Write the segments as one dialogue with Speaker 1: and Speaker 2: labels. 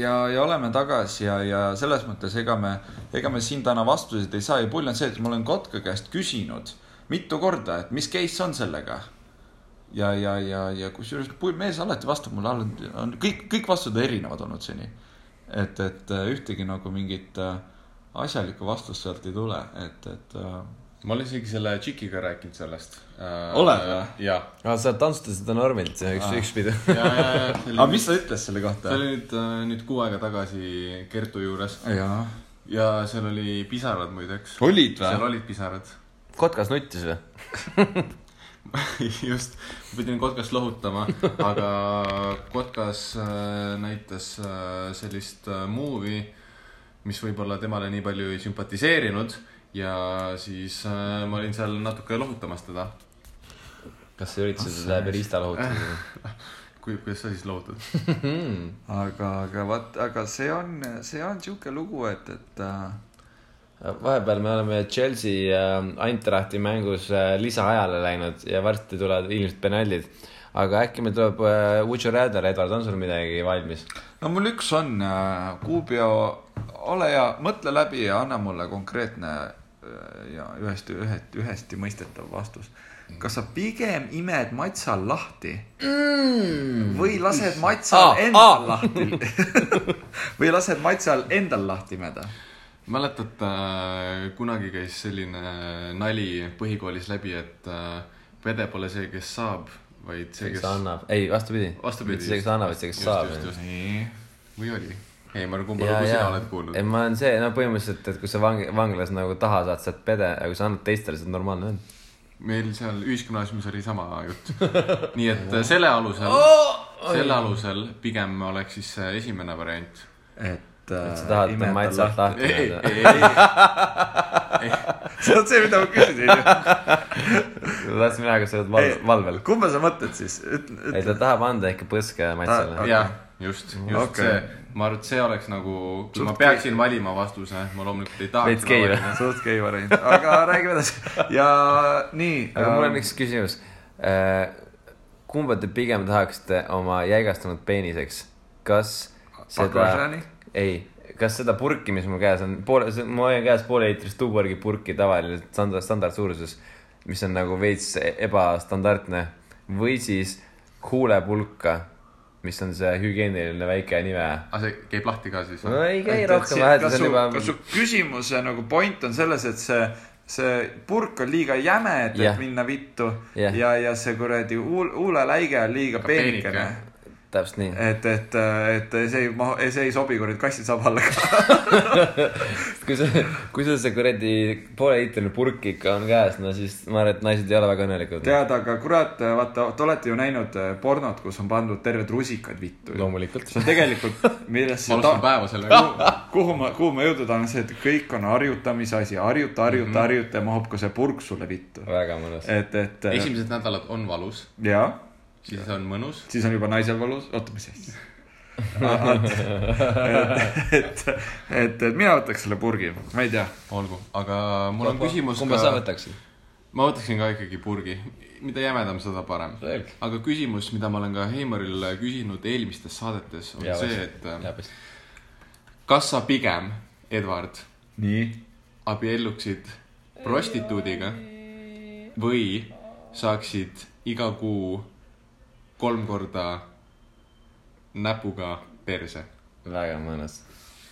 Speaker 1: ja , ja oleme tagasi ja , ja selles mõttes ega me , ega me siin täna vastuseid ei saa ja pull on see , et ma olen Kotka käest küsinud mitu korda , et mis case on sellega . ja , ja , ja , ja kusjuures pull mees alati vastab mulle , alati on kõik , kõik vastused on erinevad olnud seni . et , et äh, ühtegi nagu mingit äh, asjalikku vastust sealt ei tule , et , et äh,
Speaker 2: ma olen isegi selle Tšikiga rääkinud sellest äh, .
Speaker 1: Oled või? ?
Speaker 2: jaa .
Speaker 3: aa , Ah, sa tantsutasid seda normilt , see on üks ,
Speaker 2: Ah.
Speaker 3: üks pidu .
Speaker 2: ja , ja , ja see
Speaker 1: aga
Speaker 2: oli ,
Speaker 1: mis ta ütles selle
Speaker 2: see
Speaker 1: kohta ?
Speaker 2: oli nüüd , nüüd kuu aega tagasi Kertu juures
Speaker 1: jaa .
Speaker 2: ja seal oli pisarad muideks .
Speaker 1: olid
Speaker 2: seal ? olid pisarad .
Speaker 3: kotkas nuttis või ?
Speaker 2: just , pidin kotkast lohutama , aga kotkas äh, näitas äh, sellist äh, movie , mis võib-olla temale nii palju ei sümpatiseerinud ja siis äh, ma olin seal natuke lohutamas teda .
Speaker 3: kas sa üritasid
Speaker 2: Ah,
Speaker 3: seda läbi riista lohutada ?
Speaker 2: kui , kuidas sa siis lohutad ?
Speaker 1: aga , aga vaat , aga see on , see on sihuke lugu , et , et äh,
Speaker 3: Ah, vahepeal me oleme Chelsea ja Eintrahti mängus äh, lisaajale läinud ja varsti tulevad ilmselt penaldid . aga äkki meil tuleb äh, Would you rather , Edward , on sul midagi valmis ?
Speaker 1: no mul üks on , Kuubio , ole hea , mõtle läbi ja anna mulle konkreetne äh, ja ühest , ühet , ühesti mõistetav vastus . kas sa pigem imed matsal lahti või lased matsal
Speaker 3: Ah,
Speaker 1: endal lahti või lased matsal endal lahti imeda ?
Speaker 2: mäletad , kunagi käis selline nali põhikoolis läbi , et äh, pede pole see , kes saab , vaid see ,
Speaker 3: kes
Speaker 2: kes
Speaker 3: annab , ei vastupidi .
Speaker 2: Vastupidi,
Speaker 3: mitte see , kes
Speaker 2: just.
Speaker 3: annab , vaid see , kes
Speaker 2: Just,
Speaker 3: saab
Speaker 2: just, . just.
Speaker 1: nii ,
Speaker 2: või oli ? ei , ma arvan , kumba lugu sina oled kuulnud
Speaker 3: ei ,. ma olen see , no põhimõtteliselt , et kui sa vangi , vanglas nagu taha saad , sa oled pede , aga kui sa annad teistele , sa oled normaalne vend .
Speaker 2: meil seal ühisgümnaasiumis oli sama jutt . nii et selle alusel , selle alusel pigem oleks siis see esimene variant .
Speaker 1: et . äh,
Speaker 3: et sa tahad maitsalt . lahti
Speaker 2: Äh, ei ,
Speaker 3: jääda .
Speaker 2: ei , ei ,
Speaker 1: see on see , mida ma küsisin ju .
Speaker 3: ma tahtsin näha , kas sa oled val- , valvel .
Speaker 1: kumba sa mõtled siis ?
Speaker 3: ei , ta tahab anda ikka põske maitsele .
Speaker 2: jah , just , just
Speaker 1: Okei.
Speaker 2: okay. see , ma arvan , et see oleks nagu , kui
Speaker 1: Suht
Speaker 2: ma peaksin valima vastuse , ma loomulikult ei tahaks .
Speaker 3: Veits gei või? ?
Speaker 1: suht gei variant , aga räägime edasi ja nii . ähm,
Speaker 3: aga mul on üks küsimus . kumba te pigem tahaksite oma jäigastunud peeniseks ? kas seda ,
Speaker 1: Baklažani?
Speaker 3: ei , kas seda purki , mis mul käes on , poole , mul on käes pooleliitrist tuuborgi purki tavaline standard , standardsuuruses , mis on nagu veits ebastandardne või siis huulepulka , mis on see hügieeniline väike nime .
Speaker 2: aga Ah, see käib lahti ka siis ?
Speaker 3: no ei käi
Speaker 1: Et- et
Speaker 3: rohkem
Speaker 1: see-
Speaker 3: vahet ,
Speaker 1: kas su ,
Speaker 3: see on juba .
Speaker 1: kas su küsimuse nagu point on selles , et see , see purk on liiga jäme , et
Speaker 3: Jah.
Speaker 1: yeah. minna vittu
Speaker 3: Jah.
Speaker 1: ja , ja see kuradi huul- , huuleläige on liiga
Speaker 2: peenike.
Speaker 1: peenikene .
Speaker 3: noh. täpselt nii .
Speaker 1: et , et , et see ei mahu , see ei sobi kuradi kassisaba alla ka .
Speaker 3: kui see , kui sul see kuradi pooleliitrine purk ikka on käes , no siis ma arvan , et naised ei ole väga õnnelikud .
Speaker 1: tead , aga kurat , vaata , te olete ju näinud eh, pornot , kus on pandud terved rusikad vittu .
Speaker 3: loomulikult .
Speaker 1: see on tegelikult , millest
Speaker 2: ma
Speaker 1: see
Speaker 2: alustan
Speaker 1: ta- ,
Speaker 2: päeva sellega .
Speaker 3: Ah!
Speaker 1: kuhu ma , kuhu ma jõuda tahan , see , et kõik on harjutamise asi , harjuta ,
Speaker 2: Mhm.
Speaker 1: harjuta , harjuta ja mahub ka see purk sulle vittu .
Speaker 3: väga mõnus .
Speaker 1: et , et eh,
Speaker 2: esimesed nädalad on valus ,
Speaker 1: jaa
Speaker 2: siis on mõnus .
Speaker 1: siis on juba naisel valus , oota , mis asja . et , et, et , et mina võtaks selle purgi , ma ei tea .
Speaker 2: olgu , aga mul on küsimus
Speaker 3: kumba sa võtaksid ?
Speaker 2: ma võtaksin ka ikkagi purgi , mida jämedam , seda parem .
Speaker 3: Selge.
Speaker 2: aga küsimus , mida ma olen ka Heimaril küsinud eelmistes saadetes , on
Speaker 3: Jaa,
Speaker 2: ja, see ,
Speaker 3: vast.
Speaker 2: et äh, kas sa pigem , Edward ,
Speaker 1: nii .
Speaker 2: abielluksid prostituudiga või saaksid iga kuu kolm korda näpuga perse ?
Speaker 3: väga mõnus .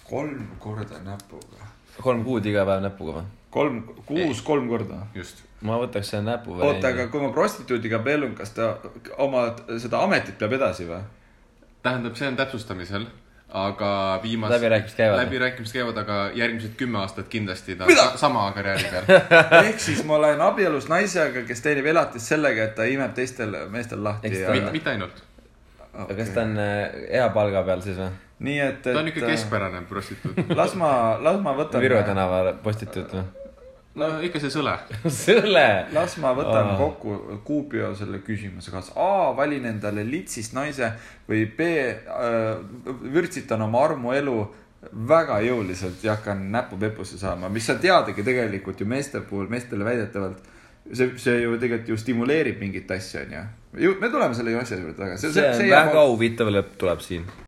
Speaker 1: kolm korda näpuga .
Speaker 3: kolm kuud iga päev näpuga või ?
Speaker 1: kolm , kuus , kolm korda .
Speaker 2: just .
Speaker 3: ma võtaks selle näpu või ?
Speaker 1: oota , aga kui ma prostituudiga abiellun , kas ta oma t- seda ametit peab edasi või ?
Speaker 2: tähendab , see on täpsustamisel , aga viimased
Speaker 3: Läbirääkimised käivad.
Speaker 2: läbirääkimised käivad , aga järgmised kümme aastat kindlasti ta
Speaker 1: Mida?
Speaker 2: sama karjääri peal .
Speaker 1: ehk siis ma olen abielus naisega , kes teenib elatist sellega , et ta imeb teistel meestel lahti
Speaker 3: Eks
Speaker 1: ja
Speaker 3: ta-
Speaker 2: mitte , mitte ainult .
Speaker 3: aga kas ta on äh, hea palga peal siis või ?
Speaker 1: nii et , et
Speaker 2: ta on ikka keskpärane prostituut .
Speaker 1: äh, las ma , las ma võtan .
Speaker 3: Viru tänava prostituut või ?
Speaker 2: no ikka see sõle .
Speaker 3: sõle .
Speaker 1: las ma võtan
Speaker 3: Aa.
Speaker 1: kokku Kuupio selle küsimuse , kas A valin endale litsist naise või B äh, vürtsitan oma armuelu väga jõuliselt ja hakkan näppu pepusse saama , mis sa teadagi tegelikult ju meeste puhul , meestele väidetavalt , see , see ju tegelikult ju stimuleerib mingit asja , onju . me tuleme selle ju asja juurde tagasi .
Speaker 3: see on väga huvitav lõpp tuleb siin .